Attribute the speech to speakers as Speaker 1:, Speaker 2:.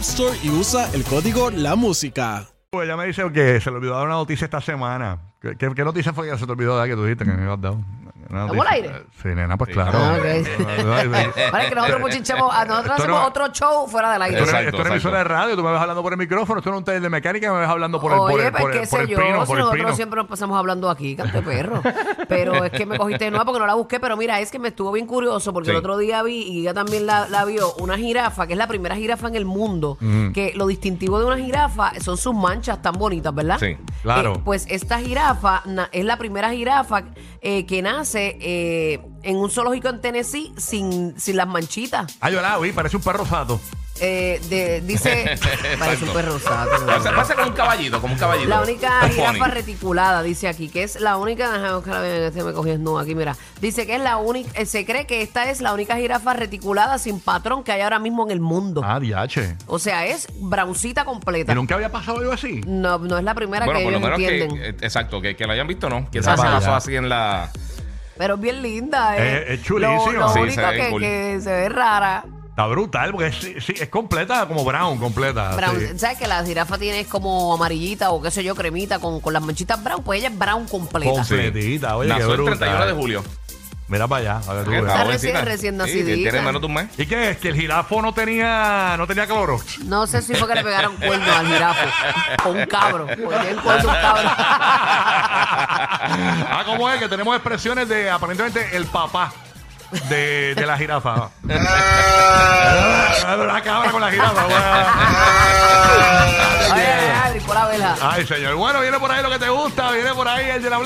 Speaker 1: Store y usa el código La Música.
Speaker 2: Pues ella me dice que se le olvidó dar una noticia esta semana. ¿Qué, qué, qué noticia fue que se te olvidó dar que tú dijiste que me habías dado? Una
Speaker 3: ¿Damos
Speaker 2: noticia.
Speaker 3: al aire?
Speaker 2: Sí, nena, pues claro.
Speaker 3: Ah, ok. Vale, que nosotros muchinchamos, a nosotros
Speaker 2: Esto no-
Speaker 3: hacemos otro show fuera del aire.
Speaker 2: Tú eres,
Speaker 4: Exacto,
Speaker 2: tú eres
Speaker 4: exacto.
Speaker 2: emisora de radio, tú me vas hablando por el micrófono, tú eres un taller de mecánica, me vas hablando por el, por
Speaker 3: Oye,
Speaker 2: el,
Speaker 3: pues
Speaker 2: por el-
Speaker 3: qué
Speaker 2: por
Speaker 3: sé
Speaker 2: el
Speaker 3: yo,
Speaker 2: prino,
Speaker 3: si
Speaker 2: por el
Speaker 3: nosotros
Speaker 2: prino.
Speaker 3: siempre nos pasamos hablando aquí, canto de perro. Pero es que me cogiste de nuevo porque no la busqué, pero mira, es que me estuvo bien curioso porque el
Speaker 4: Sí.
Speaker 3: otro día vi, y ella también la, la vio, una jirafa, que es la primera jirafa en el mundo, que lo distintivo de una jirafa son sus manchas tan bonitas, ¿verdad?
Speaker 4: Sí,
Speaker 2: claro.
Speaker 3: pues esta jirafa na- es la primera jirafa eh, que nace eh, en un zoológico en Tennessee sin, sin las manchitas.
Speaker 2: Ay, Ah, yo la vi, parece un perro sato.
Speaker 3: Eh, de- dice, parece un
Speaker 4: Exacto.
Speaker 3: perro sato, de
Speaker 4: Pasa,
Speaker 3: verdad.
Speaker 4: pasa como un caballito, como un caballito.
Speaker 3: La única
Speaker 4: Un
Speaker 3: jirafa
Speaker 4: pony.
Speaker 3: reticulada, dice aquí, que es la única. déjame buscar, eh, se me cogió el nudo aquí, mira. Dice que es la única. eh, se cree que esta es la única jirafa reticulada sin patrón que hay ahora mismo en el mundo.
Speaker 2: Ah, diache.
Speaker 3: O sea, es brauncita completa.
Speaker 2: ¿Y nunca había pasado algo así?
Speaker 3: No, no es la primera
Speaker 4: Bueno,
Speaker 3: que
Speaker 4: por lo
Speaker 3: ellos
Speaker 4: menos que,
Speaker 3: entienden.
Speaker 4: eh, exacto, que, que la hayan visto, ¿no? Que
Speaker 2: Mira
Speaker 4: se
Speaker 2: para
Speaker 4: pasó
Speaker 2: allá.
Speaker 4: así en la...
Speaker 3: Pero es bien linda, ¿eh?
Speaker 2: Eh, es chulísima.
Speaker 3: Lo, lo
Speaker 4: Sí,
Speaker 3: único
Speaker 4: se ve
Speaker 3: que,
Speaker 4: cool. Ah,
Speaker 3: que se ve rara.
Speaker 2: Está brutal, porque es, sí, es completa, como brown, completa.
Speaker 3: Brown,
Speaker 2: sí.
Speaker 3: ¿Sabes que la jirafa tiene es como amarillita o qué sé yo, cremita con, con las manchitas brown? Pues ella es brown completa.
Speaker 2: Con- Completita, oye,
Speaker 4: Nació
Speaker 2: qué
Speaker 4: el
Speaker 2: brutal.
Speaker 4: 31 de julio.
Speaker 2: Mira para allá. a ver tú,
Speaker 4: Que
Speaker 2: mira.
Speaker 3: Está
Speaker 4: jovencita.
Speaker 3: recién- recién
Speaker 4: Sí,
Speaker 3: nacidita.
Speaker 4: Tiene menos de un mes.
Speaker 2: ¿Y qué es? Que el jirafo no tenía, no tenía cloro.
Speaker 3: No sé si fue que le pegaron cuernos al jirafo. O un cabro. Porque el cuerno un cabro.
Speaker 2: ah, ¿cómo es? Que tenemos expresiones de aparentemente el papá de, de la jirafa. Ah, la cabra con la jirafa.
Speaker 3: Oye,
Speaker 2: bueno.
Speaker 3: Adri, por la vela.
Speaker 2: Ay, señor. Bueno, viene por ahí lo que te gusta. Viene por ahí el de la